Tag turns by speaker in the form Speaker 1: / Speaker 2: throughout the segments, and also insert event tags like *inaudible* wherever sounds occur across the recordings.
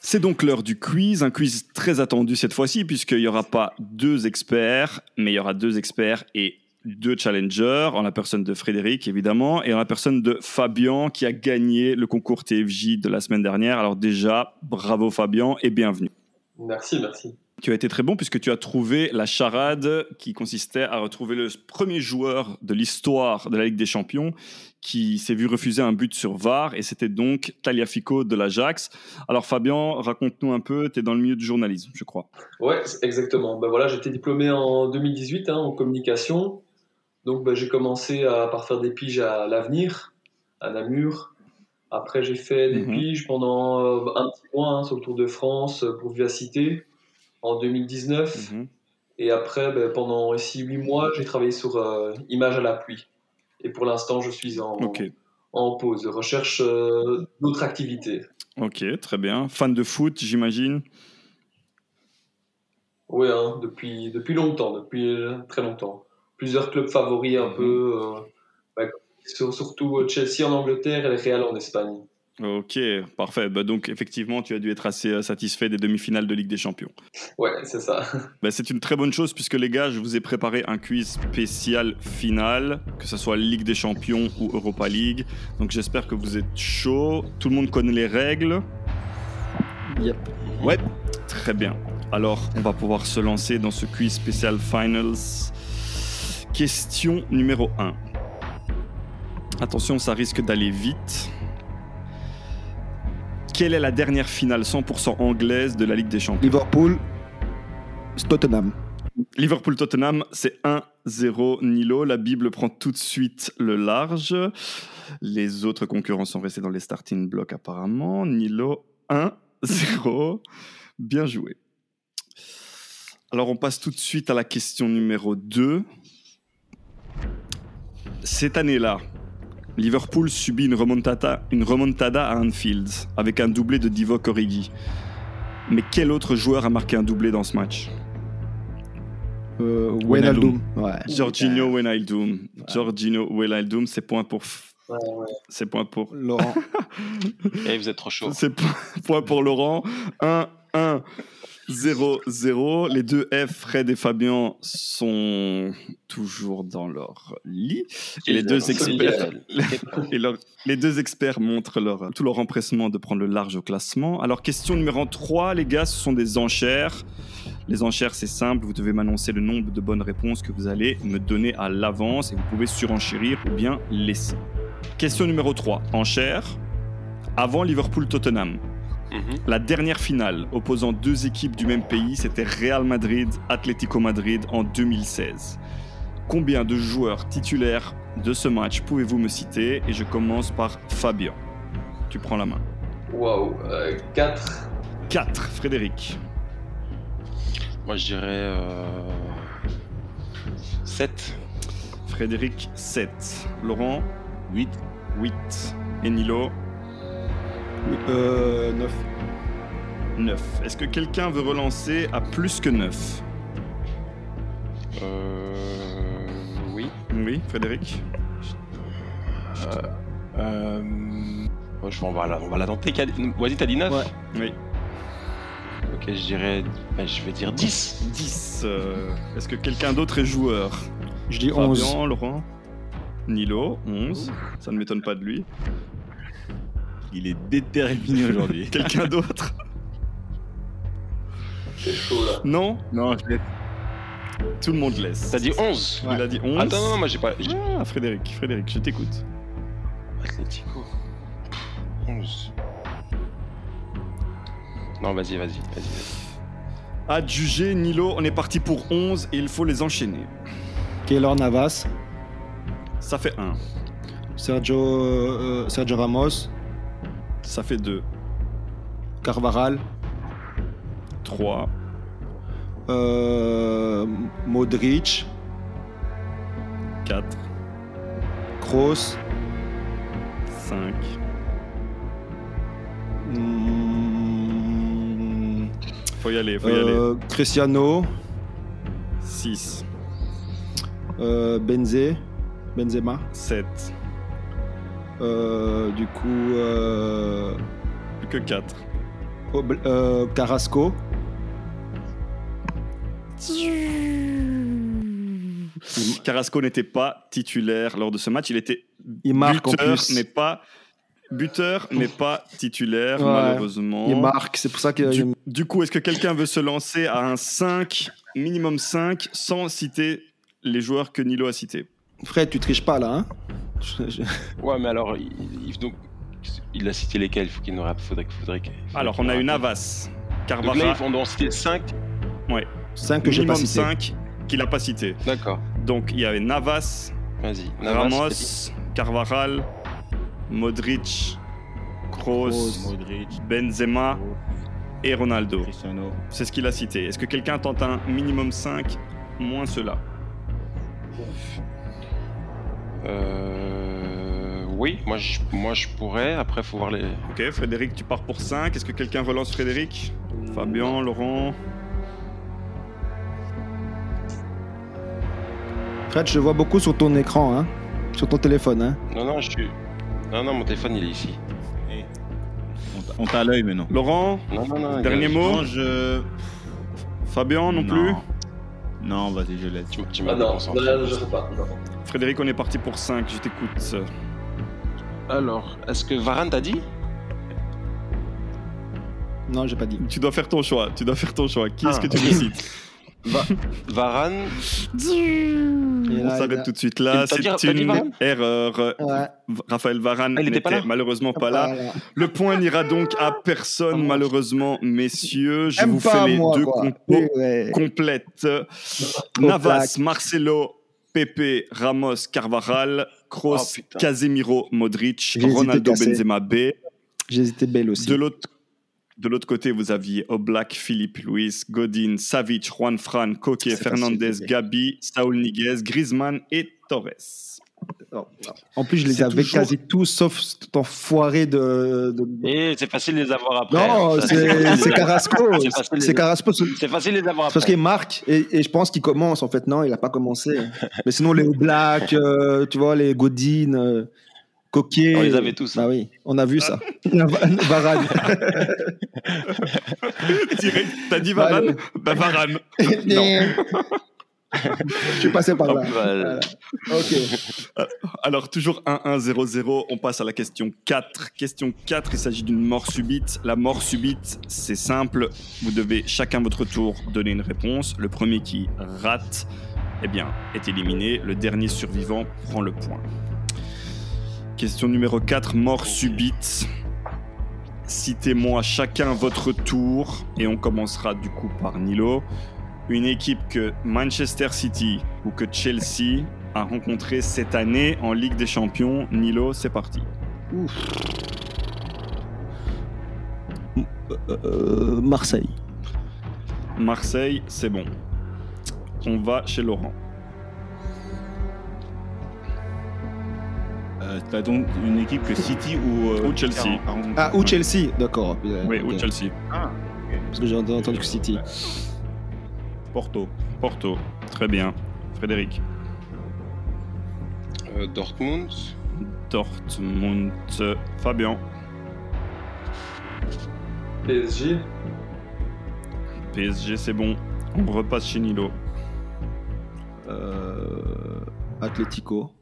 Speaker 1: C'est donc l'heure du quiz, un quiz très attendu cette fois-ci, puisqu'il n'y aura pas deux experts, mais il y aura deux experts et deux challengers, en la personne de Frédéric évidemment, et en la personne de Fabien qui a gagné le concours TFJ de la semaine dernière. Alors déjà, bravo Fabien et bienvenue.
Speaker 2: Merci, merci.
Speaker 1: Tu as été très bon puisque tu as trouvé la charade qui consistait à retrouver le premier joueur de l'histoire de la Ligue des Champions qui s'est vu refuser un but sur VAR et c'était donc Taliafico de l'Ajax. Alors Fabien, raconte-nous un peu, tu es dans le milieu du journalisme, je crois.
Speaker 2: Ouais, exactement. Ben voilà, j'étais diplômé en 2018 hein, en communication. Donc ben, j'ai commencé à, par faire des piges à l'avenir, à Namur. Après j'ai fait des mmh. piges pendant un petit mois hein, sur le Tour de France pour Vivacité en
Speaker 1: Mhm.
Speaker 2: 2019. Mmh. Et après, ben, pendant ici huit mois, j'ai travaillé sur euh, Images à la pluie. Et pour l'instant, je suis en, okay. en pause, recherche euh, d'autres activités.
Speaker 1: Ok, très bien. Fan de foot, j'imagine
Speaker 2: Oui, hein, depuis, depuis longtemps, depuis euh, très longtemps. Plusieurs clubs favoris un mmh. peu, euh, ben, surtout euh, Chelsea en Angleterre et le Real en Espagne.
Speaker 1: Ok, parfait. Bah donc effectivement, tu as dû être assez euh, satisfait des demi-finales de Ligue des Champions.
Speaker 2: Ouais, c'est ça.
Speaker 1: Bah, c'est une très bonne chose puisque les gars, je vous ai préparé un quiz spécial final, que ce soit Ligue des Champions ou Europa League. Donc j'espère que vous êtes chaud. Tout le monde connaît les règles.
Speaker 3: Yep.
Speaker 1: Ouais, très bien. Alors on va pouvoir se lancer dans ce quiz spécial finals. Question numéro 1. Attention, ça risque d'aller vite. Quelle est la dernière finale 100% anglaise de la Ligue des Champions
Speaker 3: Liverpool, Tottenham.
Speaker 1: Liverpool-Tottenham, c'est 1-0 Nilo. La Bible prend tout de suite le large. Les autres concurrents sont restés dans les starting blocks apparemment. Nilo, 1-0. Bien joué. Alors on passe tout de suite à la question numéro 2. Cette année-là, Liverpool subit une remontada, une remontada, à Anfield avec un doublé de Divock Origi. Mais quel autre joueur a marqué un doublé dans ce match
Speaker 3: euh, Wijnaldum.
Speaker 1: Ouais. Jorginho Wijnaldum. Ouais. Jorginho Wijnaldum, c'est point pour.
Speaker 2: Ouais,
Speaker 1: c'est point pour.
Speaker 3: Laurent.
Speaker 4: Et vous êtes trop chaud.
Speaker 1: C'est point *laughs* pour Laurent. 1-1. 0-0. Les deux F, Fred et Fabien, sont toujours dans leur lit. Et les deux experts, et leur, les deux experts montrent leur, tout leur empressement de prendre le large au classement. Alors, question numéro 3, les gars, ce sont des enchères. Les enchères, c'est simple. Vous devez m'annoncer le nombre de bonnes réponses que vous allez me donner à l'avance et vous pouvez surenchérir ou bien laisser. Question numéro 3, enchères. Avant Liverpool-Tottenham, la dernière finale opposant deux équipes du même pays, c'était Real Madrid, Atlético Madrid en 2016. Combien de joueurs titulaires de ce match pouvez-vous me citer Et je commence par Fabien. Tu prends la main.
Speaker 2: Waouh, euh, 4.
Speaker 1: 4, Frédéric.
Speaker 4: Moi je dirais euh, 7.
Speaker 1: Euh... Frédéric, 7. Laurent
Speaker 4: 8.
Speaker 1: 8. Et Nilo
Speaker 3: euh, 9.
Speaker 1: 9. Est-ce que quelqu'un veut relancer à plus que 9
Speaker 4: Euh. Oui.
Speaker 1: Oui, Frédéric
Speaker 4: Euh. euh... Oh, je, on, va la, on va la tenter. Vas-y, t'as dit 9
Speaker 1: ouais. Oui.
Speaker 4: Ok, je dirais. Ben, je vais dire 10.
Speaker 1: 10. Euh... Est-ce que quelqu'un d'autre est joueur
Speaker 3: Je dis 11.
Speaker 1: Fabian, Laurent, Nilo, 11. Ça ne m'étonne pas de lui.
Speaker 5: Il est déterminé
Speaker 1: *laughs*
Speaker 5: aujourd'hui.
Speaker 1: Quelqu'un d'autre
Speaker 2: C'est chaud là.
Speaker 1: Non
Speaker 3: Non, je
Speaker 1: Tout le monde laisse.
Speaker 4: T'as dit 11
Speaker 1: ouais. Il a dit 11.
Speaker 4: Attends, non, moi j'ai pas.
Speaker 1: Ah, Frédéric, Frédéric, je t'écoute.
Speaker 4: Atlético. 11. Non, vas-y, vas-y, vas-y.
Speaker 1: Adjugé, Nilo, on est parti pour 11 et il faut les enchaîner.
Speaker 3: Keylor Navas.
Speaker 1: Ça fait 1.
Speaker 3: Sergio, euh, Sergio Ramos.
Speaker 1: Ça fait 2.
Speaker 3: Carvaral.
Speaker 1: 3.
Speaker 3: Euh, Modric.
Speaker 1: 4.
Speaker 3: Kroos.
Speaker 1: 5.
Speaker 3: Mmh...
Speaker 1: Faut y aller, faut y euh, aller.
Speaker 3: Cristiano.
Speaker 1: 6.
Speaker 3: Euh, Benzé. Benzema.
Speaker 1: 7.
Speaker 3: Euh, du coup. Euh...
Speaker 1: Plus que 4.
Speaker 3: Obl- euh, Carrasco.
Speaker 1: Carrasco n'était pas titulaire lors de ce match. Il était
Speaker 3: Il marque en
Speaker 1: buteur,
Speaker 3: plus.
Speaker 1: mais pas buteur, mais pas titulaire,
Speaker 3: Ouais.
Speaker 1: malheureusement.
Speaker 3: Il marque, c'est pour ça que.
Speaker 1: Du, du coup, est-ce que quelqu'un veut se lancer à un 5, minimum 5, sans citer les joueurs que Nilo a cités
Speaker 3: Fred, tu triches pas là. Hein Je- je-
Speaker 4: Ouais, mais alors, il, il- donc, il a cité lesquels Il faut qu'il nous rappelle. Faudrait, faudrait, qu'il- faudrait
Speaker 1: Alors,
Speaker 4: qu'il
Speaker 1: on
Speaker 4: nous
Speaker 1: a une
Speaker 4: rappelle.
Speaker 1: Avas,
Speaker 4: Donc là,
Speaker 1: Carvajal,
Speaker 4: ils vont en citer 5.
Speaker 3: Cinq que j'ai pas
Speaker 1: minimum
Speaker 3: cité.
Speaker 1: 5, qu'il n'a pas cité.
Speaker 4: D'accord,
Speaker 1: Donc, il y avait Navas,
Speaker 4: vas-y. Navas, vas-y.
Speaker 1: Ramos, Carvajal, Modric, Kroos,
Speaker 5: Modric,
Speaker 3: Ah.
Speaker 1: Benzema et Ronaldo.
Speaker 5: Cristiano.
Speaker 1: C'est ce qu'il a cité. Est-ce que quelqu'un tente un minimum 5 moins cela
Speaker 4: Euh, oui, moi je, moi je pourrais. Après, faut voir les.
Speaker 1: Ok, Frédéric, tu pars pour 5. Est-ce que quelqu'un relance Frédéric Fabien, Laurent
Speaker 3: Fred, je vois beaucoup sur ton écran, hein, sur ton téléphone. Hein.
Speaker 4: Non, non, je suis. Non, non, mon téléphone il est ici.
Speaker 5: Eh. On t'a- On t'a à l'œil maintenant.
Speaker 1: Laurent
Speaker 4: Non, non, non.
Speaker 1: Dernier
Speaker 4: gars,
Speaker 1: mot
Speaker 5: Non, je.
Speaker 1: Fabien non, plus
Speaker 5: Non, vas-y, je laisse.
Speaker 4: Tu, tu m'as
Speaker 2: Ah non,
Speaker 4: déconcentré.
Speaker 2: là, je sais pas. non.
Speaker 1: Frédéric, on est parti pour 5. Je t'écoute.
Speaker 4: Alors, est-ce que Varane t'a dit
Speaker 3: Non, j'ai pas dit.
Speaker 1: Tu dois faire ton choix. Tu dois faire ton choix. Qui est-ce
Speaker 4: Ah,
Speaker 1: que tu décides
Speaker 4: Varane
Speaker 3: Il est
Speaker 1: On
Speaker 3: là, il est là.
Speaker 1: s'arrête tout de suite là.
Speaker 4: T'as dit-
Speaker 1: C'est
Speaker 4: t'as dit
Speaker 1: une
Speaker 4: Varane
Speaker 1: erreur.
Speaker 3: Ouais,
Speaker 1: Raphaël Varane
Speaker 4: Ah, il était
Speaker 1: n'était
Speaker 4: pas là
Speaker 1: malheureusement pas là.
Speaker 3: voilà.
Speaker 1: Le point n'ira donc à
Speaker 3: Ah,
Speaker 1: personne, malheureusement, messieurs. Je
Speaker 3: Même
Speaker 1: vous
Speaker 3: pas
Speaker 1: fais les
Speaker 3: moi,
Speaker 1: deux
Speaker 3: quoi. Eh
Speaker 1: compos
Speaker 3: Ouais.
Speaker 1: complètes. Navas, Marcelo, Pepe, Ramos, Carvajal,
Speaker 4: Oh,
Speaker 1: Kroos,
Speaker 4: putain.
Speaker 1: Casemiro, Modric,
Speaker 3: J'ai hésité
Speaker 1: Ronaldo,
Speaker 3: cassé.
Speaker 1: Benzema B.
Speaker 3: J'hésitais belle aussi.
Speaker 1: De l'autre, de l'autre côté, vous aviez Oblak, Philippe Luis, Godin, Savic, Juan Fran, Koke,
Speaker 3: C'est
Speaker 1: Fernandez,
Speaker 3: facile, ok.
Speaker 1: Gabi, Saul Niguez, Griezmann et
Speaker 3: *laughs*
Speaker 1: Torres.
Speaker 3: En plus, je les
Speaker 1: C'est
Speaker 3: avais
Speaker 1: toujours-
Speaker 3: quasi tous, sauf cet enfoiré de. de-
Speaker 4: Et Eh, c'est facile de les avoir après.
Speaker 3: Non,
Speaker 4: Ça,
Speaker 3: c'est c'est Carrasco.
Speaker 4: C'est facile.
Speaker 3: C'est Carrasco. c'est-
Speaker 4: C'est facile de les avoir
Speaker 3: c'est parce
Speaker 4: après.
Speaker 3: qu'il marque et, et je pense qu'il commence en fait. Non, il a pas commencé. Mais sinon, les Black, euh, tu vois, les Godin, euh, Coquet.
Speaker 4: On les avait tous.
Speaker 3: Bah oui, on a vu
Speaker 4: *laughs*
Speaker 3: ça. Varane. *laughs*
Speaker 1: Direct, T'as dit Varane
Speaker 3: Bah,
Speaker 1: Bah Varane.
Speaker 3: *laughs* je suis passé par là.
Speaker 4: Hop, voilà.
Speaker 3: Ok.
Speaker 1: Alors, toujours 1-1-0-0, on passe à la question 4. Question 4, il s'agit d'une mort subite. La mort subite, c'est simple. Vous devez chacun votre tour donner une réponse. Le premier qui rate, eh bien, est éliminé. Le dernier survivant prend le point. Question numéro 4, mort subite. Citez-moi chacun votre tour et on commencera du coup par Nilo. Une équipe que Manchester City ou que Chelsea a rencontré cette année en Ligue des Champions. Nilo, c'est parti.
Speaker 3: Euh, Marseille.
Speaker 1: Marseille, c'est bon. On va chez Laurent.
Speaker 5: Euh, T'as donc une équipe que City ou. euh,
Speaker 1: Ou Chelsea.
Speaker 5: a- a rencontré.
Speaker 3: Ah, ou
Speaker 5: Ouais.
Speaker 3: Chelsea, d'accord.
Speaker 1: Oui, ou
Speaker 3: Ok.
Speaker 1: Chelsea.
Speaker 3: Parce que j'ai entendu que City.
Speaker 1: Porto. Porto. Très bien. Frédéric.
Speaker 4: Euh, Dortmund.
Speaker 1: Dortmund. Fabien.
Speaker 2: PSG,
Speaker 1: PSG, c'est bon. On repasse chez Nilo.
Speaker 3: Euh, Atlético.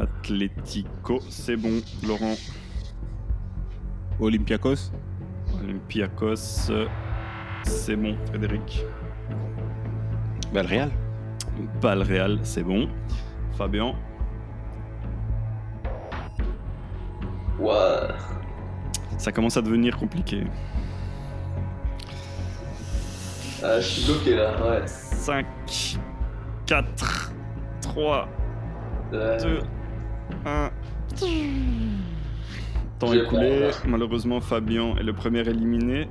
Speaker 1: Atlético, c'est bon. Laurent.
Speaker 5: Olympiakos.
Speaker 1: Olympiakos, euh, c'est bon. Frédéric.
Speaker 4: Bah, le Real.
Speaker 1: Real, c'est bon. Fabien.
Speaker 2: ouah,
Speaker 1: Ça commence à devenir compliqué.
Speaker 2: ah, je suis bloqué là, ouais.
Speaker 1: 5, 4, 3,
Speaker 2: Euh,
Speaker 1: 2, 1. Temps
Speaker 2: J'ai
Speaker 1: écoulé.
Speaker 2: peur.
Speaker 1: Malheureusement, Fabien est le premier éliminé.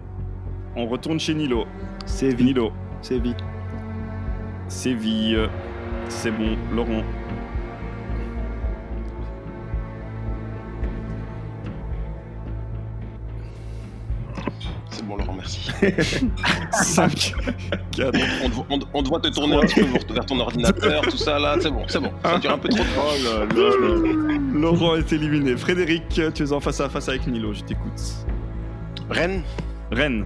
Speaker 1: On retourne chez Nilo.
Speaker 3: Séville.
Speaker 1: Nilo,
Speaker 3: Séville.
Speaker 1: Séville. C'est bon, Laurent.
Speaker 4: C'est bon, Laurent, merci.
Speaker 1: 5, 4,
Speaker 4: On, te- on te- on doit te tourner un petit peu vers ton ordinateur, tout ça là. C'est bon, c'est bon. Ça dure un peu trop.
Speaker 3: *laughs* Oh
Speaker 1: Euh, Laurent est éliminé. Frédéric, tu es en face à face avec Nilo, je t'écoute.
Speaker 4: Rennes
Speaker 1: Rennes.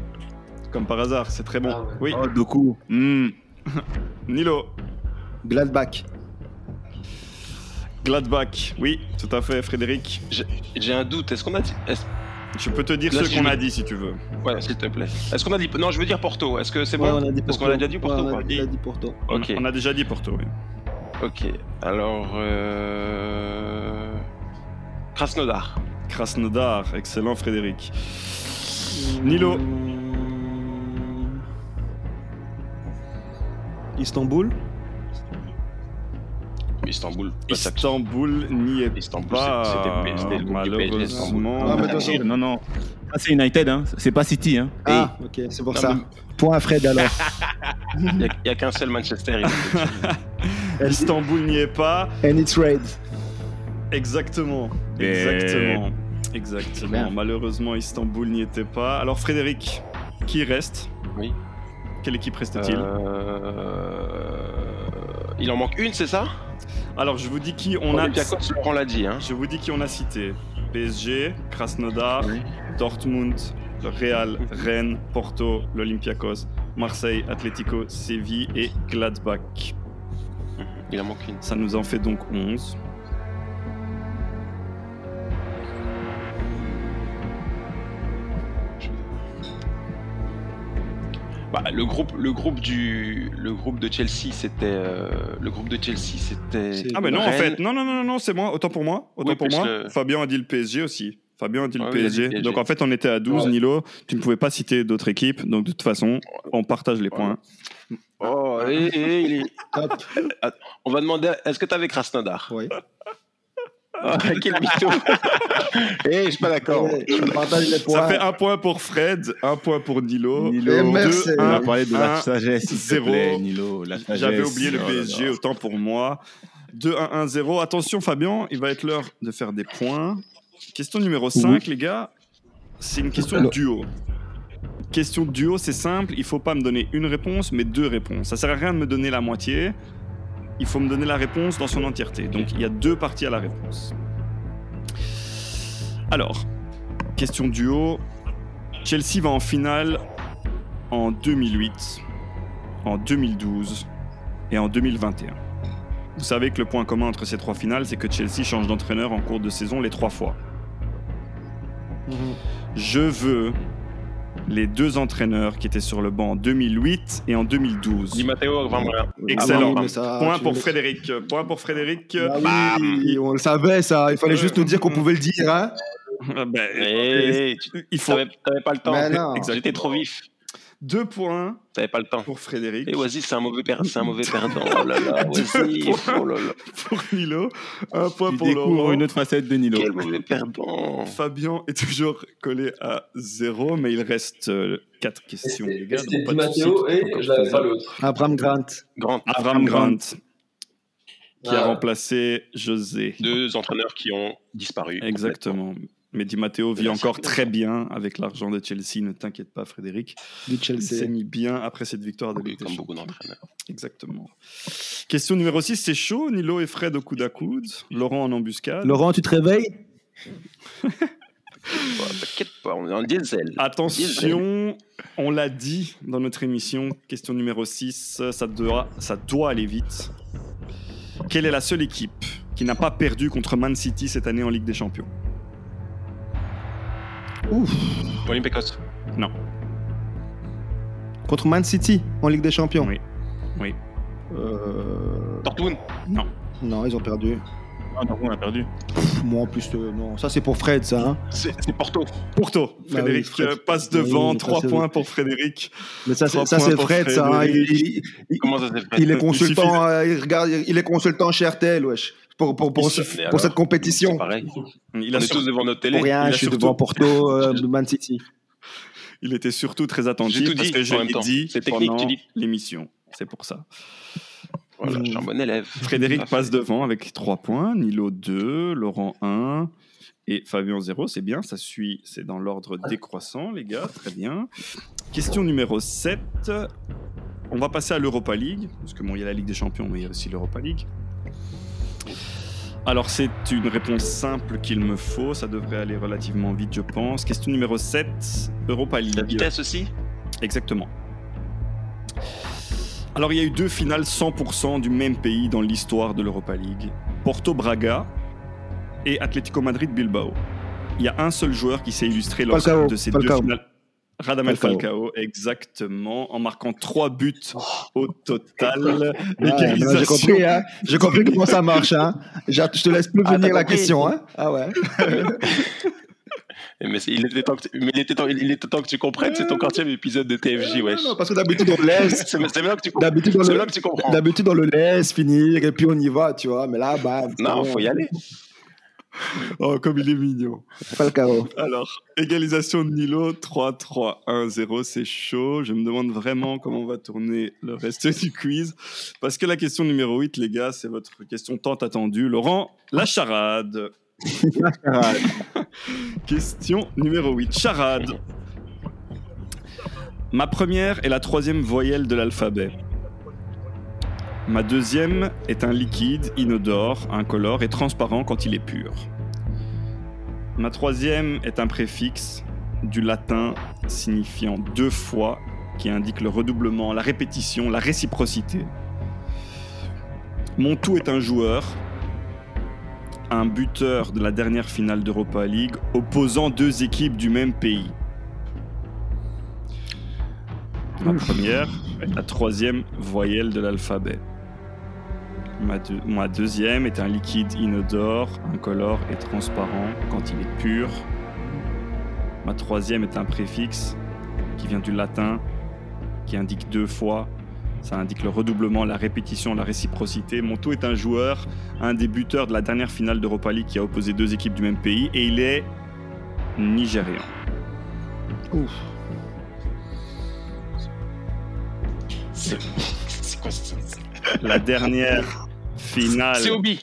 Speaker 1: Comme par hasard, c'est très bon.
Speaker 2: Ah ouais.
Speaker 1: Oui.
Speaker 3: Oh, Doku.
Speaker 1: Hmm. Nilo.
Speaker 3: Gladbach.
Speaker 1: Gladbach. Oui, tout à fait, Frédéric.
Speaker 4: J'ai un doute. Est-ce qu'on a dit. est-ce-
Speaker 1: Je peux te dire
Speaker 4: Là,
Speaker 1: ce
Speaker 4: si
Speaker 1: qu'on
Speaker 4: je-
Speaker 1: a dit si tu veux.
Speaker 4: Ouais, s'il te plaît. Est-ce qu'on a dit. Non, je veux dire Porto. Est-ce que c'est
Speaker 3: Ouais,
Speaker 4: bon
Speaker 3: on a dit
Speaker 4: Parce qu'on
Speaker 3: Porto.
Speaker 4: a déjà dit Porto,
Speaker 3: Ouais, on a
Speaker 4: quoi.
Speaker 3: déjà dit Porto.
Speaker 1: On-
Speaker 4: Ok,
Speaker 1: On a déjà dit Porto, oui.
Speaker 4: ok. Alors. Euh... Krasnodar.
Speaker 1: Krasnodar, excellent Frédéric. Nilo.
Speaker 3: Istanbul.
Speaker 4: Istanbul. Bah, ça-
Speaker 1: Istanbul n'y est
Speaker 4: Istanbul,
Speaker 1: pas.
Speaker 4: c'était- c'était le groupe du PSG, Istanbul.
Speaker 1: Malheureusement.
Speaker 3: Ah, mais de toute façon-
Speaker 5: Non, non. Ça, c'est United, hein. C'est pas City, hein.
Speaker 3: Ah, ok, c'est pour
Speaker 4: Non,
Speaker 3: ça. Point à Fred alors.
Speaker 4: *laughs* Il n'y a, qu'un seul Manchester. United.
Speaker 3: And,
Speaker 1: Istanbul n'y est pas.
Speaker 3: and it's red.
Speaker 1: Exactement.
Speaker 5: Et-
Speaker 1: Exactement. Exactement.
Speaker 3: Merde.
Speaker 1: Malheureusement, Istanbul n'y était pas. Alors, Frédéric, qui reste
Speaker 4: Oui.
Speaker 1: Quelle équipe reste-t-il
Speaker 4: Euh, Il en manque une, c'est ça
Speaker 1: Alors, je vous dis qui on a.
Speaker 4: Olympiakos, Laurent l'a dit. Hein.
Speaker 1: Je vous dis qui on a cité. PSG, Krasnodar,
Speaker 4: Oui.
Speaker 1: Dortmund, le Real, Rennes, Porto, l'Olympiakos, Marseille, Atlético, Séville et Gladbach.
Speaker 4: Il en manque une.
Speaker 1: Ça nous en fait donc 11.
Speaker 4: Bah, le groupe, le groupe du, le groupe de Chelsea, c'était, euh, le groupe de Chelsea, c'était.
Speaker 3: C'est-
Speaker 1: Ah, mais non, en
Speaker 4: Rennes.
Speaker 1: fait. Non, non, non, non, non, c'est moi. Autant pour moi. Autant
Speaker 4: Oui,
Speaker 1: pour
Speaker 4: plus
Speaker 1: moi.
Speaker 4: le-
Speaker 1: Fabien a dit le PSG aussi. Fabien a dit le
Speaker 4: Ah oui, il a dit
Speaker 1: PSG.
Speaker 4: PSG.
Speaker 1: Donc en fait, on était à 12,
Speaker 2: Ouais.
Speaker 1: Nilo. Tu ne pouvais pas citer d'autres équipes. Donc de toute façon, on partage les points.
Speaker 4: Oh, eh, eh, il est-
Speaker 3: Top.
Speaker 4: on va demander, est-ce que t'avais Krasnodar
Speaker 3: Oui.
Speaker 4: Ah, Quel mytho Eh, je suis pas d'accord.
Speaker 3: Ouais, je partage les points.
Speaker 1: Ça fait un point pour Fred, un point pour Nilo.
Speaker 5: Nilo.
Speaker 3: Et merci.
Speaker 1: Deux,
Speaker 5: On
Speaker 1: un,
Speaker 5: a parlé de
Speaker 1: un,
Speaker 5: la sagesse. s'il te
Speaker 1: zéro.
Speaker 5: plaît, Nilo, la sagesse.
Speaker 1: J'avais oublié le
Speaker 5: Oh là là.
Speaker 1: PSG, autant pour moi. 2-1-1-0. Attention, Fabien, il va être l'heure de faire des points. Question numéro 5, les gars. C'est une question
Speaker 3: Alors-
Speaker 1: duo. Question duo, c'est simple. Il faut pas me donner une réponse, mais deux réponses. Ça sert à rien de me donner la moitié. Il faut me donner la réponse dans son entièreté. Donc, il y a deux parties à la réponse. Alors, question duo. Chelsea va en finale en 2008, en 2012 et en 2021. Vous savez que le point commun entre ces trois finales, c'est que Chelsea change d'entraîneur en cours de saison les trois fois.
Speaker 3: Mhm.
Speaker 1: Je veux les deux entraîneurs qui étaient sur le banc en 2008 et en 2012.
Speaker 4: Di Matteo, enfin, voilà.
Speaker 1: Excellent. hein.
Speaker 3: Ah oui, mais ça,
Speaker 1: Point
Speaker 3: tu
Speaker 1: pour
Speaker 3: le-
Speaker 1: Frédéric. Point pour Frédéric.
Speaker 4: Bah
Speaker 3: Ah oui, on le savait ça. Il fallait juste nous dire qu'on pouvait le dire. Hein.
Speaker 1: Bam. *laughs* Ben,
Speaker 4: Eh, tu
Speaker 1: il faut
Speaker 4: t'avais, t'avais pas le temps.
Speaker 3: Mais non.
Speaker 4: J'étais trop vif.
Speaker 1: deux points
Speaker 4: T'avais pas le temps.
Speaker 1: pour Frédéric,
Speaker 4: Et Oasis, c'est un mauvais, per- c'est
Speaker 1: *laughs*
Speaker 4: un mauvais perdant. Oh là là, Oasis, oh là là,
Speaker 1: pour Nilo, un point
Speaker 5: Tu
Speaker 1: pour
Speaker 5: découvres
Speaker 1: Laurent.
Speaker 5: une autre facette de Nilo.
Speaker 4: quel mauvais perdant.
Speaker 1: Fabien est toujours collé à zéro, mais il reste euh, quatre questions, les gars.
Speaker 2: C'était
Speaker 1: donc
Speaker 2: Di
Speaker 1: pas de
Speaker 2: Matteo
Speaker 1: soucis,
Speaker 2: et
Speaker 1: tout
Speaker 2: je
Speaker 1: est
Speaker 2: l'avais pas
Speaker 1: faisable.
Speaker 2: l'autre.
Speaker 3: Abraham Grant.
Speaker 4: Grand.
Speaker 1: Avram Grant, qui a
Speaker 2: Ah.
Speaker 1: remplacé José.
Speaker 4: Deux entraîneurs qui ont disparu.
Speaker 1: Exactement. Mais Di Matteo vit
Speaker 4: Là,
Speaker 1: encore
Speaker 4: c'est-
Speaker 1: très bien avec l'argent de Chelsea, ne t'inquiète pas Frédéric.
Speaker 3: Du
Speaker 1: Il s'est
Speaker 3: Chelsea.
Speaker 1: mis bien après cette victoire de
Speaker 4: Oui,
Speaker 1: Ligue des
Speaker 4: comme
Speaker 1: Champions.
Speaker 4: beaucoup d'entraîneurs.
Speaker 1: Exactement. Question numéro 6, c'est chaud, Nilo et Fred au coude à coude, Laurent en embuscade.
Speaker 3: Laurent, tu te réveilles
Speaker 4: Bah, T'inquiète pas, on est en diesel.
Speaker 1: Ah.
Speaker 3: *laughs*
Speaker 1: Attention, on l'a dit dans notre émission, question numéro 6, ça doit, ça doit aller vite. Quelle est la seule équipe qui n'a pas perdu contre Man City cette année en Ligue des Champions
Speaker 4: Olympiakos.
Speaker 3: contre Man City en Ligue des Champions.
Speaker 1: Oui. Oui.
Speaker 3: Euh,
Speaker 4: Dortmund.
Speaker 3: Non, ils ont perdu.
Speaker 5: Ah, donc, on a perdu.
Speaker 3: Pff, moi en plus, euh, non. Ça c'est pour Fred, ça. hein.
Speaker 4: C'est c'est Porto.
Speaker 1: Porto,
Speaker 3: Ah oui,
Speaker 1: Frédéric
Speaker 3: Fred.
Speaker 1: euh, passe devant,
Speaker 3: Oui,
Speaker 1: 3
Speaker 3: passé-
Speaker 1: points pour Frédéric.
Speaker 3: Mais ça,
Speaker 1: Trois
Speaker 3: c'est ça,
Speaker 1: points
Speaker 3: c'est
Speaker 1: pour
Speaker 3: Fred, ça. hein.
Speaker 1: Frédéric.
Speaker 3: Il, il- il-
Speaker 4: Comment ça s'est fait
Speaker 3: il
Speaker 1: *laughs*
Speaker 3: est
Speaker 1: Il
Speaker 3: consultant. euh, Il, regarde, il est consultant chez RTL, wesh. Pour, pour, pour,
Speaker 4: Il
Speaker 3: ce-
Speaker 4: se- mais
Speaker 3: pour cette
Speaker 4: alors,
Speaker 3: compétition.
Speaker 4: C'est pareil.
Speaker 1: Il,
Speaker 4: On
Speaker 1: a
Speaker 4: est
Speaker 1: sur-
Speaker 4: tous devant notre télé.
Speaker 3: Pour rien,
Speaker 1: il a
Speaker 3: je suis
Speaker 1: surtout-
Speaker 3: devant Porto, euh, Man City.
Speaker 1: il était surtout très
Speaker 4: J'ai
Speaker 1: attentif
Speaker 4: tout
Speaker 1: parce
Speaker 4: dit
Speaker 1: que je
Speaker 4: en même
Speaker 1: l'ai
Speaker 4: temps.
Speaker 1: dit
Speaker 4: C'est technique,
Speaker 1: pendant
Speaker 4: tu dis.
Speaker 1: l'émission. C'est pour ça.
Speaker 4: Voilà, je suis un bon élève.
Speaker 1: Frédéric
Speaker 4: Tout à fait.
Speaker 1: passe devant avec 3 points, Nilo 2, Laurent 1 et Fabien 0. C'est bien, ça suit, c'est dans l'ordre décroissant, les gars. Très bien. Question numéro 7. On va passer à l'Europa League, parce que bon, il y a la Ligue des Champions, mais il y a aussi l'Europa League. Alors c'est une réponse simple qu'il me faut, ça devrait aller relativement vite je pense. Question numéro 7, Europa League.
Speaker 4: La vitesse aussi
Speaker 1: Exactement. Alors il y a eu deux finales 100% du même pays dans l'histoire de l'Europa League. Porto Braga et Atlético Madrid Bilbao. Il y a un seul joueur qui s'est illustré lors
Speaker 3: Falcao,
Speaker 1: de ces deux
Speaker 3: Falcao.
Speaker 1: finales. Radamel
Speaker 3: Falcao.
Speaker 1: Falcao. exactement, en marquant trois buts au total.
Speaker 3: Ouais, maintenant, Ah, J'ai
Speaker 1: Égalisation.
Speaker 3: compris, hein. *laughs* J'ai compris comment ça marche. Hein. J'a- Je te laisse plus
Speaker 4: Ah,
Speaker 3: venir
Speaker 4: t'as
Speaker 3: la
Speaker 4: compris.
Speaker 3: question. Hein. Ah ouais.
Speaker 4: Eh, Mais c'est- il était temps que tu, mais il était temps, il était temps que tu comprennes, c'est ton quatrième épisode de TFJ, wesh.
Speaker 3: Non, parce que d'habitude on laisse.
Speaker 4: C'est c'est maintenant que tu comprends.
Speaker 3: D'habitude on
Speaker 4: C'est
Speaker 3: le
Speaker 4: maintenant que tu comprends.
Speaker 3: D'habitude, on le laisse finir et puis on y va, tu vois. Mais là, bah.
Speaker 4: Non, faut y aller.
Speaker 1: Oh, comme il est mignon.
Speaker 3: Falcao.
Speaker 1: *laughs* Alors, égalisation de Nilo, 3-3-1-0, c'est chaud. Je me demande vraiment comment va tourner le reste du quiz. Parce que la question numéro 8, les gars, c'est votre question tant attendue. Laurent, la charade. *laughs* Question numéro 8, charade. Ma première est la troisième voyelle de l'alphabet. Ma deuxième est un liquide inodore, incolore et transparent quand il est pur. Ma troisième est un préfixe du latin signifiant deux fois, qui indique le redoublement, la répétition, la réciprocité. Mon tout est un joueur, un buteur de la dernière finale d'Europa League opposant deux équipes du même pays. Ma première est la troisième voyelle de l'alphabet. Ma, deux- ma deuxième est un liquide inodore, incolore et transparent quand il est pur. Ma troisième est un préfixe qui vient du latin, qui indique deux fois. Ça indique le redoublement, la répétition, la réciprocité. Mon tout est un joueur, un des buteurs de la dernière finale d'Europa League qui a opposé deux équipes du même pays, et il est nigérian.
Speaker 4: C'est c'est quoi ce-
Speaker 1: La dernière finale.
Speaker 4: C'est Obi.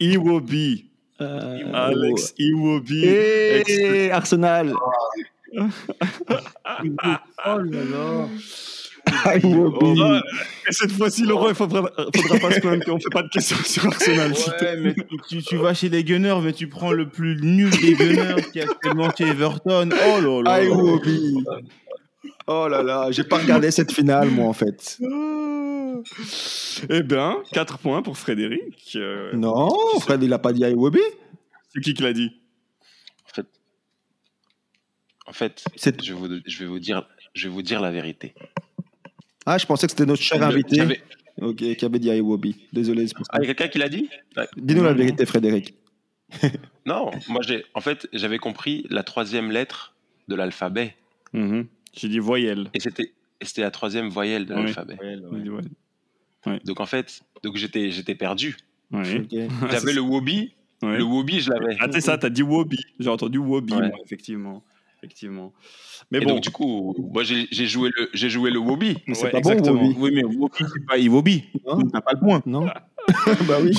Speaker 1: Iwobi. Alex Iwobi. Ex-
Speaker 3: Euh, Et Arsenal. *laughs*
Speaker 6: Oh là là.
Speaker 3: Ah, Iwobi.
Speaker 1: Laurent, Oh, et cette fois-ci, Laurent, il faudra, euh, faudra pas se plaindre qu'on fait pas de questions sur *laughs* Arsenal. s'il te plaît.
Speaker 5: Ouais, mais tu, tu- tu vas chez les Gunners, mais tu prends le plus nul des Gunners qui est actuellement chez Everton. Oh là
Speaker 3: Ah,
Speaker 5: là.
Speaker 3: Iwobi. Oh là là, j'ai pas regardé cette finale, moi, en fait.
Speaker 1: Eh bien, 4 points pour Frédéric. Euh,
Speaker 3: Non, Fred, il a pas dit Iwobi.
Speaker 1: c'est qui qui l'a dit
Speaker 4: En fait,
Speaker 3: C'est-
Speaker 4: je, vous- je vais vous dire, je vais vous dire la vérité.
Speaker 3: Ah, je pensais que c'était notre cher
Speaker 4: Il y
Speaker 3: invité
Speaker 4: avait-
Speaker 3: Ok, qui avait dit Iwobi. Désolé. c'est pour ça.
Speaker 4: Ah, il y a quelqu'un qui l'a dit
Speaker 3: Dis-nous la vérité, Frédéric.
Speaker 4: Non, moi j'ai, en fait, j'avais compris la troisième lettre de l'alphabet,
Speaker 1: J'ai dit voyelle.
Speaker 4: et c'était, et c'était la troisième voyelle de
Speaker 1: Oui.
Speaker 4: l'alphabet.
Speaker 1: J'ai dit voyelle.
Speaker 4: Donc en fait, donc j'étais, j'étais perdu.
Speaker 1: Ouais.
Speaker 3: Ok.
Speaker 4: J'avais le Wobi,
Speaker 1: Ouais.
Speaker 4: le Wobi, je l'avais.
Speaker 1: Ah, c'est ça, t'as dit Wobi. J'ai entendu Wobi,
Speaker 4: Ouais.
Speaker 1: moi, effectivement. Effectivement. Mais
Speaker 4: et
Speaker 1: bon,
Speaker 4: donc du coup, moi j'ai, j'ai joué le, j'ai joué le Wobi.
Speaker 3: Mais c'est
Speaker 1: ouais,
Speaker 3: pas bon,
Speaker 1: exactement.
Speaker 3: Iwobi.
Speaker 5: Oui, mais Iwobi, c'est pas Iwobi.
Speaker 3: Hein
Speaker 5: Donc, T'as pas le point.
Speaker 3: Non *laughs* Bah oui.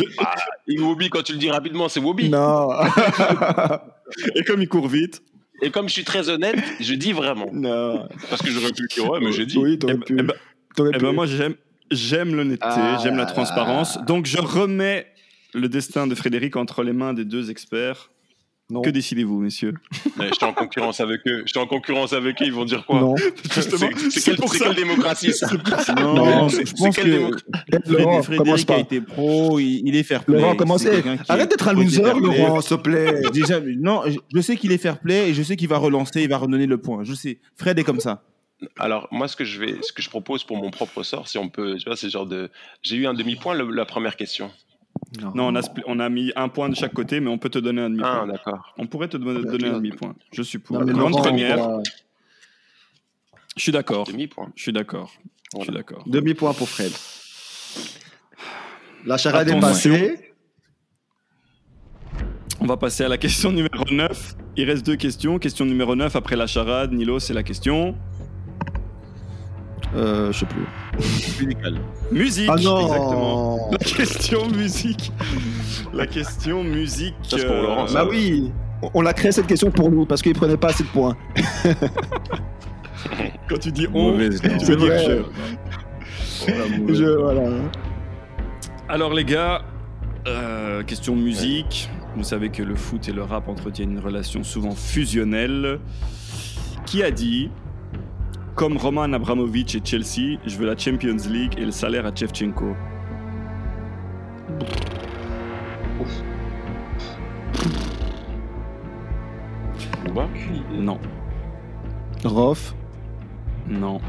Speaker 4: Et Wobi, quand tu le dis rapidement, c'est Wobi.
Speaker 3: Non.
Speaker 1: *laughs* Et comme il court vite,
Speaker 4: Et comme je suis très honnête, je dis vraiment,
Speaker 3: non.
Speaker 4: parce que j'aurais pu dire ouais, mais j'ai dit.
Speaker 3: Oui,
Speaker 1: eh
Speaker 3: t'aurais
Speaker 1: ben-
Speaker 3: pu.
Speaker 1: eh ben-
Speaker 3: t'aurais
Speaker 1: eh
Speaker 3: pu.
Speaker 1: ben, moi j'aime, j'aime l'honnêteté,
Speaker 3: Ah
Speaker 1: j'aime
Speaker 3: là
Speaker 1: la
Speaker 3: là.
Speaker 1: transparence. Donc je remets le destin de Frédéric entre les mains des deux experts.
Speaker 3: Non.
Speaker 1: Que décidez-vous, messieurs
Speaker 4: Ouais, J'étais en concurrence avec eux. J'étais en concurrence avec eux. Ils vont dire quoi
Speaker 3: Non.
Speaker 1: Justement,
Speaker 4: C'est- C'est
Speaker 1: c'est
Speaker 4: quelle,
Speaker 1: pour
Speaker 4: c'est
Speaker 1: ça.
Speaker 4: quelle démocratie ça
Speaker 5: Non,
Speaker 4: C'est-
Speaker 5: je
Speaker 4: c'est
Speaker 5: pense
Speaker 4: quelle
Speaker 5: que
Speaker 4: démocratie
Speaker 3: Laurent,
Speaker 5: Frédéric,
Speaker 3: commence
Speaker 5: Frédéric
Speaker 3: pas.
Speaker 5: a été pro, il, il est fair play.
Speaker 3: Laurent, commence.
Speaker 5: C'est quelqu'un qui
Speaker 3: Arrête
Speaker 5: est
Speaker 3: d'être un
Speaker 5: pro de
Speaker 3: loser,
Speaker 5: fair play.
Speaker 3: Laurent, s'il te plaît.
Speaker 5: Déjà, non, je- je sais qu'il est fair play et je sais qu'il va relancer, il va redonner le point. Je sais. Fred est comme ça.
Speaker 4: Alors moi, ce que je vais, ce que je propose pour mon propre sort, si on peut, tu vois, c'est genre de, j'ai eu un demi point la première question.
Speaker 1: Non, on a, spli- on a mis un point de chaque côté, mais on peut te donner un
Speaker 4: Ah
Speaker 1: demi-point.
Speaker 4: d'accord.
Speaker 1: On pourrait te don-
Speaker 3: bah,
Speaker 1: donner
Speaker 3: tu-
Speaker 1: un demi-point. Je suis pour.
Speaker 3: Non, mais
Speaker 1: Grande
Speaker 3: Laurent,
Speaker 1: première.
Speaker 3: on va-
Speaker 1: Je suis d'accord.
Speaker 4: Demi point.
Speaker 1: Je suis d'accord. Je suis
Speaker 4: Voilà.
Speaker 1: d'accord.
Speaker 3: Demi-point pour Fred. La charade est
Speaker 1: Attention.
Speaker 3: passée.
Speaker 1: On va passer à la question numéro 9. Il reste deux questions. Question numéro 9 après la charade. Nilo, c'est la question.
Speaker 3: Euh, je sais plus.
Speaker 1: Musique.
Speaker 3: Ah non
Speaker 1: Exactement. La question musique. La question musique. euh,
Speaker 4: Ça, c'est pour Laurent, ça.
Speaker 3: Bah oui On- On l'a créé cette question pour nous parce qu'il prenait pas assez de points.
Speaker 1: Quand tu dis on, tu veux dire
Speaker 3: Ouais.
Speaker 1: je.
Speaker 3: Je, voilà.
Speaker 1: Alors les gars, Euh, question musique. Vous savez que le foot et le rap entretiennent une relation souvent fusionnelle. Qui a dit Comme Roman Abramovich et Chelsea, je veux la Champions League et le salaire à Chevchenko
Speaker 4: Booba
Speaker 1: Non,
Speaker 3: Rof.
Speaker 1: non,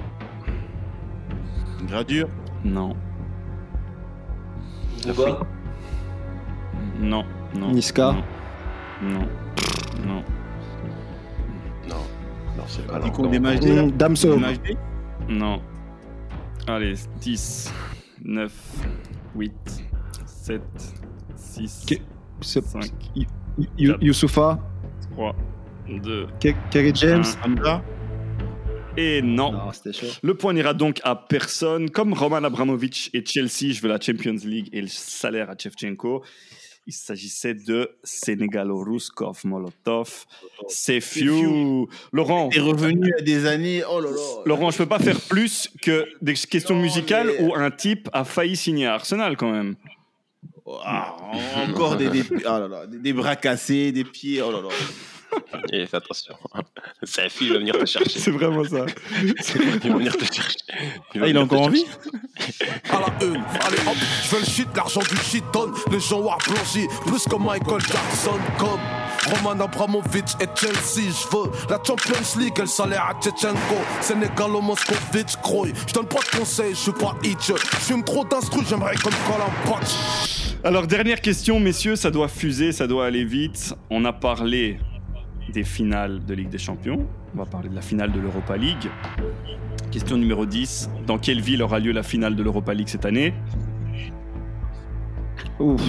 Speaker 5: Gradure.
Speaker 1: non,
Speaker 2: Booba,
Speaker 1: non, non.
Speaker 3: Niska.
Speaker 1: Non, non.
Speaker 4: Non, non, c'est pas
Speaker 5: Qui
Speaker 4: là.
Speaker 5: compte
Speaker 4: Non.
Speaker 5: des matchs
Speaker 3: Mmh,
Speaker 5: des
Speaker 3: Damso.
Speaker 5: matchs des-
Speaker 1: non, non. Allez, 10, 9, 8, 7, 6,
Speaker 3: Qui- C'est-
Speaker 1: 5,
Speaker 3: Y- You- Youssoufa.
Speaker 1: 3, 2,
Speaker 3: Ke- Kerry James.
Speaker 5: Hamza.
Speaker 1: et non.
Speaker 3: c'était chaud.
Speaker 1: Le point n'ira donc à personne. Comme Roman Abramovich et Chelsea, je veux la Champions League et le salaire à Chevchenko. Il s'agissait de Sénégalo Ruskov Molotov. C'est few. Laurent,
Speaker 5: est revenu à des années. Oh là là.
Speaker 1: Laurent, je peux pas faire plus que des questions
Speaker 5: Non,
Speaker 1: musicales
Speaker 5: mais-
Speaker 1: où un type a failli signer à Arsenal quand même.
Speaker 5: Ah, encore des, des, oh là là, des, des bras cassés, des pieds. Oh là là.
Speaker 4: Et Eh, fais attention. *laughs* Sa fille va venir te chercher.
Speaker 1: C'est vraiment ça.
Speaker 4: Il va venir te chercher. va
Speaker 5: Ah, il a
Speaker 4: venir
Speaker 5: encore
Speaker 4: te
Speaker 5: envie
Speaker 4: chercher.
Speaker 7: à la une. Allez hop, je veux le shit, l'argent du shit tonne. Les gens ont blanchi, plus que Michael Jackson, comme Roman Abramovich et Chelsea. Je veux la Champions League et le salaire à Tchetchenko. Sénégalo Moscovitch, Croy. Je donne pas de conseils, je suis pas itch. Je fume trop d'instru, j'aimerais comme Colin Patch.
Speaker 1: Alors, dernière question, messieurs, ça doit fuser, ça doit aller vite. On a parlé des finales de Ligue des Champions, on va parler de la finale de l'Europa League. Question numéro 10, dans quelle ville aura lieu la finale de l'Europa League cette année
Speaker 3: Ouf.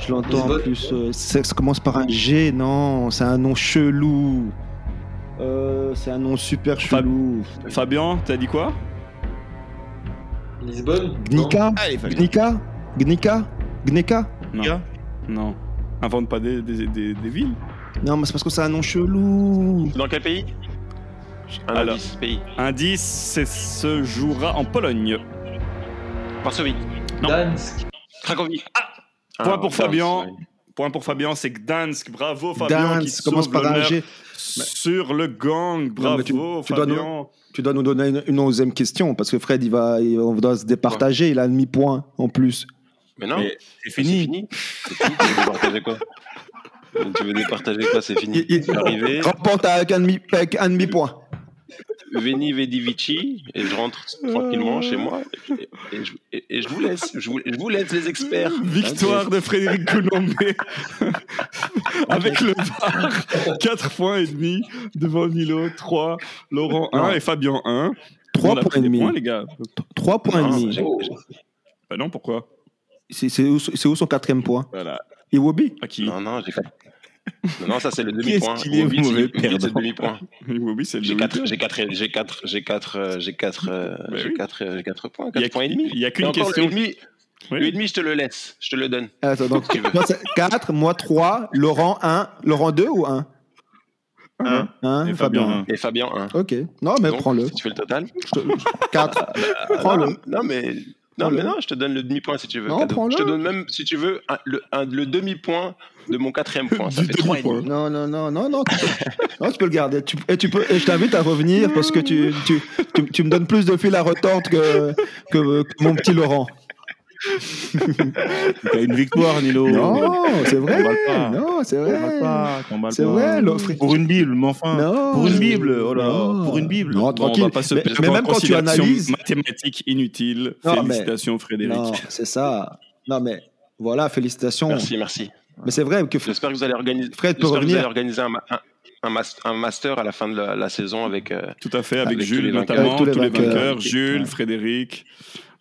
Speaker 3: Je l'entends en
Speaker 2: Lisbonne.
Speaker 3: plus. euh, ça, ça commence par un G, non C'est un nom chelou. Euh, c'est un nom super
Speaker 1: Fab-
Speaker 3: chelou.
Speaker 1: Fabien, t'as dit quoi
Speaker 2: Lisbonne non.
Speaker 3: Gnika
Speaker 5: Allez, Fabien.
Speaker 3: Gnika Gnika Gneka
Speaker 1: Non. Non. Invente pas des, des- des- des villes
Speaker 3: Non, mais c'est parce que c'est un nom chelou.
Speaker 4: Dans quel pays Un
Speaker 1: Alors.
Speaker 4: indice, pays.
Speaker 1: Indice, c'est se jouera en Pologne.
Speaker 4: Varsovie.
Speaker 1: Non.
Speaker 2: Dansk.
Speaker 4: Cracovie. Ah
Speaker 1: Point pour
Speaker 4: mince,
Speaker 1: Fabien.
Speaker 4: oui.
Speaker 1: Point pour Fabien, c'est Gdansk. Bravo Fabien qui
Speaker 3: Dance, commence
Speaker 1: sauve
Speaker 3: par un
Speaker 1: l'honneur
Speaker 3: G.
Speaker 1: sur le gang.
Speaker 3: Non,
Speaker 1: Bravo
Speaker 3: mais tu- tu dois
Speaker 1: Fabien.
Speaker 3: nous- Tu dois nous donner une, une onzième question parce que Fred, il va, il- on doit se départager. Il a un demi-point en plus.
Speaker 4: Mais non,
Speaker 5: Mais
Speaker 4: c'est fini. C'est fini. Tu veux départager quoi Tu veux départager quoi C'est fini.
Speaker 3: Il- il-
Speaker 4: Je suis arrivé,
Speaker 3: Remporte avec un demi- avec un demi-point.
Speaker 4: Veni Vedi Vici, et je rentre tranquillement chez moi. Et, et je, et- et je vous laisse. Je vous, je vous laisse les experts.
Speaker 1: Victoire de Frédéric *laughs* Coulombé avec le VAR 4 points et demi devant Nilo 3, Laurent 1
Speaker 3: Non.
Speaker 1: et Fabien 1.
Speaker 3: Trois
Speaker 1: On a
Speaker 3: points
Speaker 1: pris
Speaker 3: et
Speaker 1: des
Speaker 3: demi.
Speaker 1: points, les gars.
Speaker 3: Trois points et
Speaker 4: Non,
Speaker 3: demi.
Speaker 4: Ah, j'ai-
Speaker 2: Oh.
Speaker 1: Bah non, pourquoi
Speaker 3: C'est c'est où, c'est où son quatrième point
Speaker 5: Voilà.
Speaker 3: Et Wobby
Speaker 1: À qui
Speaker 4: Non, non, j'ai Non, non, ça c'est le
Speaker 5: Qu'est-ce
Speaker 4: demi-point.
Speaker 5: qu'il est
Speaker 4: Obi, c'est-
Speaker 5: mauvais
Speaker 4: Obi, c'est le
Speaker 5: perdant.
Speaker 4: demi-point.
Speaker 1: Oui, c'est le
Speaker 4: J'ai
Speaker 1: demi-
Speaker 4: 4 j'ai quatre, j'ai quatre, j'ai quatre, euh, j'ai quatre, euh,
Speaker 1: Ben
Speaker 4: j'ai
Speaker 1: oui.
Speaker 4: quatre, euh, j'ai quatre points,
Speaker 1: Il y a-
Speaker 4: quatre points et demi.
Speaker 1: Il n'y a
Speaker 4: Et
Speaker 1: qu'une
Speaker 4: encore,
Speaker 1: question.
Speaker 4: Le et demi,
Speaker 1: Oui.
Speaker 4: le et demi, je te le laisse, je te le donne.
Speaker 3: Attends, Ah, donc,
Speaker 4: Si tu veux.
Speaker 3: toi, c'est 4, moi 3, Laurent 1, Laurent 2 ou 1
Speaker 5: Un.
Speaker 3: 1,
Speaker 5: Et
Speaker 3: Fabien
Speaker 5: Fabien.
Speaker 4: Et Fabien 1.
Speaker 3: 1. Ok, non mais prends-le.
Speaker 4: Si tu fais le total.
Speaker 3: 4. Prends-le.
Speaker 4: Ah, Non, mais. Non,
Speaker 3: Prends-le.
Speaker 4: mais non, je te donne le demi-point si tu veux.
Speaker 3: Non,
Speaker 4: cadeau.
Speaker 3: prends-le.
Speaker 4: je te donne même, si tu veux, un- le, un- le demi-point de mon quatrième point. Ça
Speaker 1: Du
Speaker 4: fait trois et demi.
Speaker 1: demi-point.
Speaker 3: Non, non, non, non, non, tu peux, non, tu peux le garder. Tu- et, tu peux, et je t'invite à revenir parce que tu, tu, tu, tu me donnes plus de fil à retordre que, que, que mon petit Laurent.
Speaker 5: T'as une victoire, Nilo.
Speaker 3: Non, c'est vrai.
Speaker 5: T'emballes pas.
Speaker 3: Non, c'est
Speaker 5: T'emballes
Speaker 3: vrai.
Speaker 5: Oh. pas, t'emballes
Speaker 3: C'est
Speaker 5: pas.
Speaker 3: vrai, l'offre.
Speaker 5: Pour une Bible, mais enfin.
Speaker 3: Non.
Speaker 5: Pour une Bible, oh là là,
Speaker 3: Non.
Speaker 5: pour une Bible.
Speaker 3: Non,
Speaker 1: Bon, on
Speaker 3: tranquille.
Speaker 1: va pas se
Speaker 3: Mais-
Speaker 1: perdre
Speaker 3: mais
Speaker 1: en
Speaker 3: même quand tu
Speaker 1: considérations
Speaker 3: analyses,
Speaker 1: Mathématiques inutiles.
Speaker 3: Non, mais-
Speaker 1: Félicitations, Frédéric.
Speaker 3: Non, c'est ça. Non, mais voilà, félicitations.
Speaker 4: Merci, merci.
Speaker 3: Mais c'est vrai que
Speaker 4: J'espère que vous allez organiser.
Speaker 3: Fred peut
Speaker 4: j'espère que vous allez
Speaker 3: revenir.
Speaker 4: organiser un, ma- un- un mas- un master à la fin de la, la saison avec. euh,
Speaker 1: *laughs* Tout à fait, avec,
Speaker 4: Avec tous
Speaker 1: Jules
Speaker 4: les vainqueurs.
Speaker 1: notamment, tous les, vainqueurs.
Speaker 4: Ok.
Speaker 1: Jules,
Speaker 4: Ouais.
Speaker 1: Frédéric,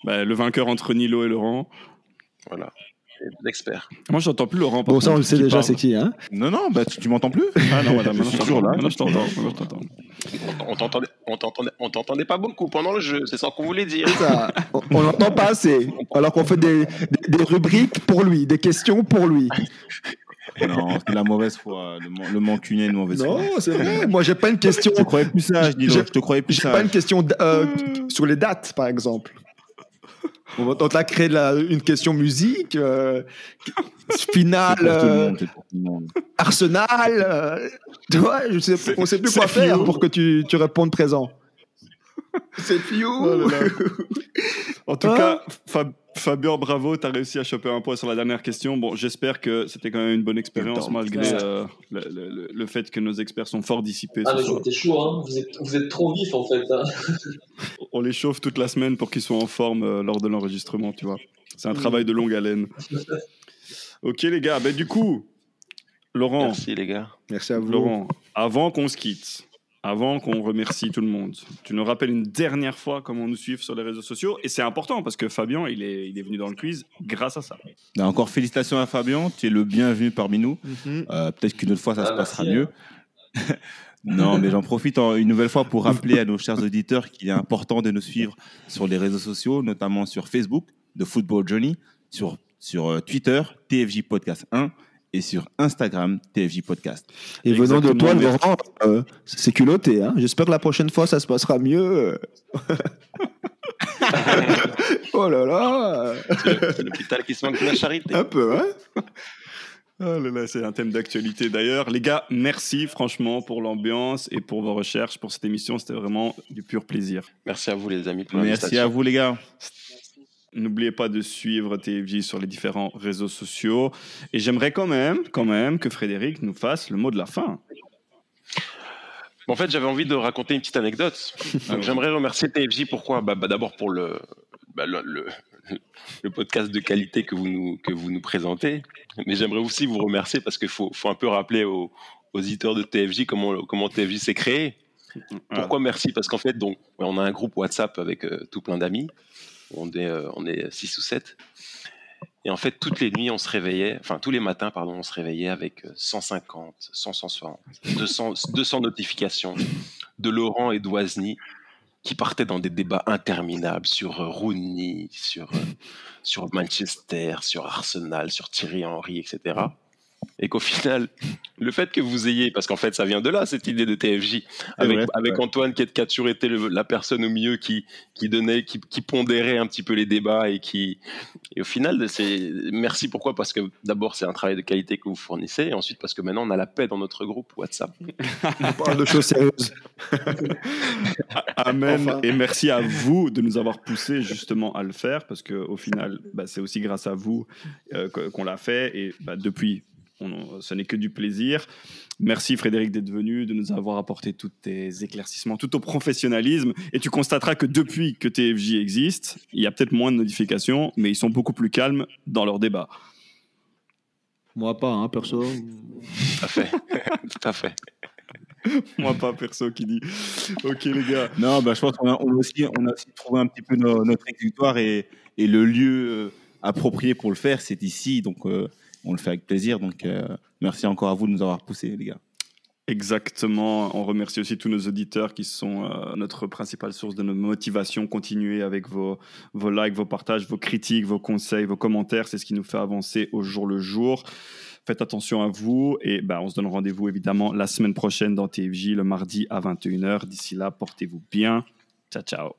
Speaker 1: bah, le vainqueur entre Nilo et Laurent.
Speaker 4: voilà. Des experts.
Speaker 1: Moi, j'entends plus Laurent. par
Speaker 3: Bon, ça, on
Speaker 1: contre,
Speaker 3: le sait
Speaker 1: qui
Speaker 3: déjà,
Speaker 1: parle.
Speaker 3: c'est qui, hein
Speaker 5: Non, non, bah, tu, tu m'entends plus
Speaker 1: Ah non, *laughs* voilà,
Speaker 5: Je
Speaker 1: maintenant,
Speaker 5: suis
Speaker 1: je
Speaker 5: toujours
Speaker 1: t'entends.
Speaker 5: là.
Speaker 1: Maintenant, je t'entends. Maintenant, je t'entends.
Speaker 4: On t'entendait- on t'entendait on t'entendait pas beaucoup pendant le jeu, c'est ça qu'on voulait dire.
Speaker 3: Ça, *laughs* on- on l'entend pas assez, alors qu'on fait des, des- des rubriques pour lui, des questions pour lui.
Speaker 5: Non, c'est la mauvaise foi. Le, man- le mancuné est de mauvaise foi.
Speaker 3: Non, c'est vrai. Moi, j'ai pas une question.
Speaker 5: Je te croyais plus sage, Nilo.
Speaker 3: J'ai-
Speaker 5: Je te croyais plus
Speaker 3: J'ai pas
Speaker 5: sage.
Speaker 3: une question d- euh, sur les dates, par exemple. On va on t'a créé de la- une question musique, euh, finale,
Speaker 8: C'est pour tout le
Speaker 3: euh,
Speaker 8: monde, c'est pour tout le monde.
Speaker 3: Arsenal. euh, tu vois, je sais, on sait plus quoi faire pour que tu, tu répondes présent. Oh C'est Pio.
Speaker 1: En tout
Speaker 3: Hein
Speaker 1: cas, Fab- Fabien, bravo, t'as réussi à choper un point sur la dernière question. Bon, j'espère que c'était quand même une bonne expérience
Speaker 8: Attends.
Speaker 1: malgré
Speaker 2: Ouais.
Speaker 1: euh, le, le- le- le fait que nos experts sont fort dissipés.
Speaker 2: Ah,
Speaker 1: ce
Speaker 2: mais
Speaker 1: soir.
Speaker 2: c'était chaud, hein. Vous êtes, vous êtes trop vif, en fait. hein.
Speaker 1: On les chauffe toute la semaine pour qu'ils soient en forme euh, lors de l'enregistrement, tu vois. C'est un travail de longue haleine. Ok les gars, ben du coup, Laurent,
Speaker 4: Merci les gars.
Speaker 3: Merci à vous.
Speaker 1: Laurent, avant qu'on se quitte, avant qu'on remercie tout le monde, tu nous rappelles une dernière fois comment nous suivre sur les réseaux sociaux. Et c'est important parce que Fabien, il est, il est venu dans le quiz grâce à ça.
Speaker 8: Bah, Encore félicitations à Fabien, tu es le bienvenu parmi nous.
Speaker 3: Mhm.
Speaker 8: Euh, Peut-être qu'une autre fois, ça
Speaker 2: Ah,
Speaker 8: se passera
Speaker 2: merci,
Speaker 8: mieux. *laughs* non, mais j'en profite en- une nouvelle fois pour rappeler à nos chers auditeurs qu'il est important de nous suivre sur les réseaux sociaux, notamment sur Facebook, de Football Johnny, sur, sur euh, Twitter, TFJ Podcast 1, et sur Instagram, TFJ Podcast.
Speaker 3: Et venant de
Speaker 1: Exactement,
Speaker 3: toi,
Speaker 1: merci.
Speaker 3: Laurent, euh, c'est culotté. Hein J'espère que la prochaine fois, ça se passera mieux. *laughs* oh là là,
Speaker 4: C'est le- c'est l'hôpital qui se manque de la charité.
Speaker 3: un peu, hein
Speaker 1: Oh là là, c'est un thème d'actualité d'ailleurs. Les gars, merci franchement pour l'ambiance et pour vos recherches, pour cette émission. C'était vraiment du pur plaisir.
Speaker 4: Merci à vous les amis pour
Speaker 8: Merci à
Speaker 4: l'invitation.
Speaker 8: vous, les gars.
Speaker 1: N'oubliez pas de suivre TFJ sur les différents réseaux sociaux. Et j'aimerais quand même, quand même, que Frédéric nous fasse le mot de la fin.
Speaker 4: En fait, j'avais envie de raconter une petite anecdote. Donc, J'aimerais remercier TFJ. Pourquoi bah, bah, D'abord pour le, bah, le, le- le podcast de qualité que vous nous, que vous nous présentez. Mais j'aimerais aussi vous remercier parce qu'il faut, faut un peu rappeler aux, aux auditeurs de TFJ comment, comment TFJ s'est créé. Pourquoi merci Parce qu'en fait, donc, on a un groupe WhatsApp avec euh, tout plein d'amis. On est, euh, on est 6 ou 7. Et en fait, toutes les nuits, on se réveillait, enfin tous les matins, pardon, on se réveillait avec euh, 150, 160, 200, 200 notifications de Laurent et d'Oisny qui partaient dans des débats interminables sur euh, Rooney, sur, euh, sur Manchester, sur Arsenal, sur Thierry Henry, etc. Et qu'au final, le fait que vous ayez, parce qu'en fait ça vient de là, cette idée de TFJ, avec,
Speaker 8: vrai,
Speaker 4: avec Antoine qui est Catchur était le- la personne au milieu qui, qui donnait, qui, qui pondérait un petit peu les débats et qui, et au final, c'est merci pourquoi Parce que d'abord c'est un travail de qualité que vous fournissez, et ensuite parce que maintenant on a la paix dans notre groupe WhatsApp.
Speaker 3: On parle de choses sérieuses.
Speaker 1: Amen.
Speaker 3: Enfin.
Speaker 1: Et merci à vous de nous avoir poussé justement à le faire parce que au final, bah, c'est aussi grâce à vous euh, que- qu'on l'a fait et bah, depuis, on en- ce n'est que du plaisir. Merci Frédéric d'être venu, de nous avoir apporté tous tes éclaircissements, tout ton professionnalisme. Et tu constateras que depuis que TFJ existe, il y a peut-être moins de notifications, mais ils sont beaucoup plus calmes dans leurs débats.
Speaker 6: Moi pas, hein, perso.
Speaker 4: Tout à fait, *laughs* tout à fait.
Speaker 1: Moi pas perso qui dit. Ok les gars.
Speaker 8: *laughs* Non, bah, je pense qu'on a, on a aussi, on a aussi trouvé un petit peu no- notre exutoire et, et le lieu euh, approprié pour le faire, c'est ici. Donc, euh, on le fait avec plaisir. Donc, euh, merci encore à vous de nous avoir poussés, les gars.
Speaker 1: Exactement. On remercie aussi tous nos auditeurs qui sont euh, notre principale source de nos motivations. Continuez avec vos, vos likes, vos partages, vos critiques, vos conseils, vos commentaires. C'est ce qui nous fait avancer au jour le jour. Faites attention à vous et bah, on se donne rendez-vous évidemment la semaine prochaine dans TFJ, le mardi à 21h. D'ici là, portez-vous bien. Ciao, ciao.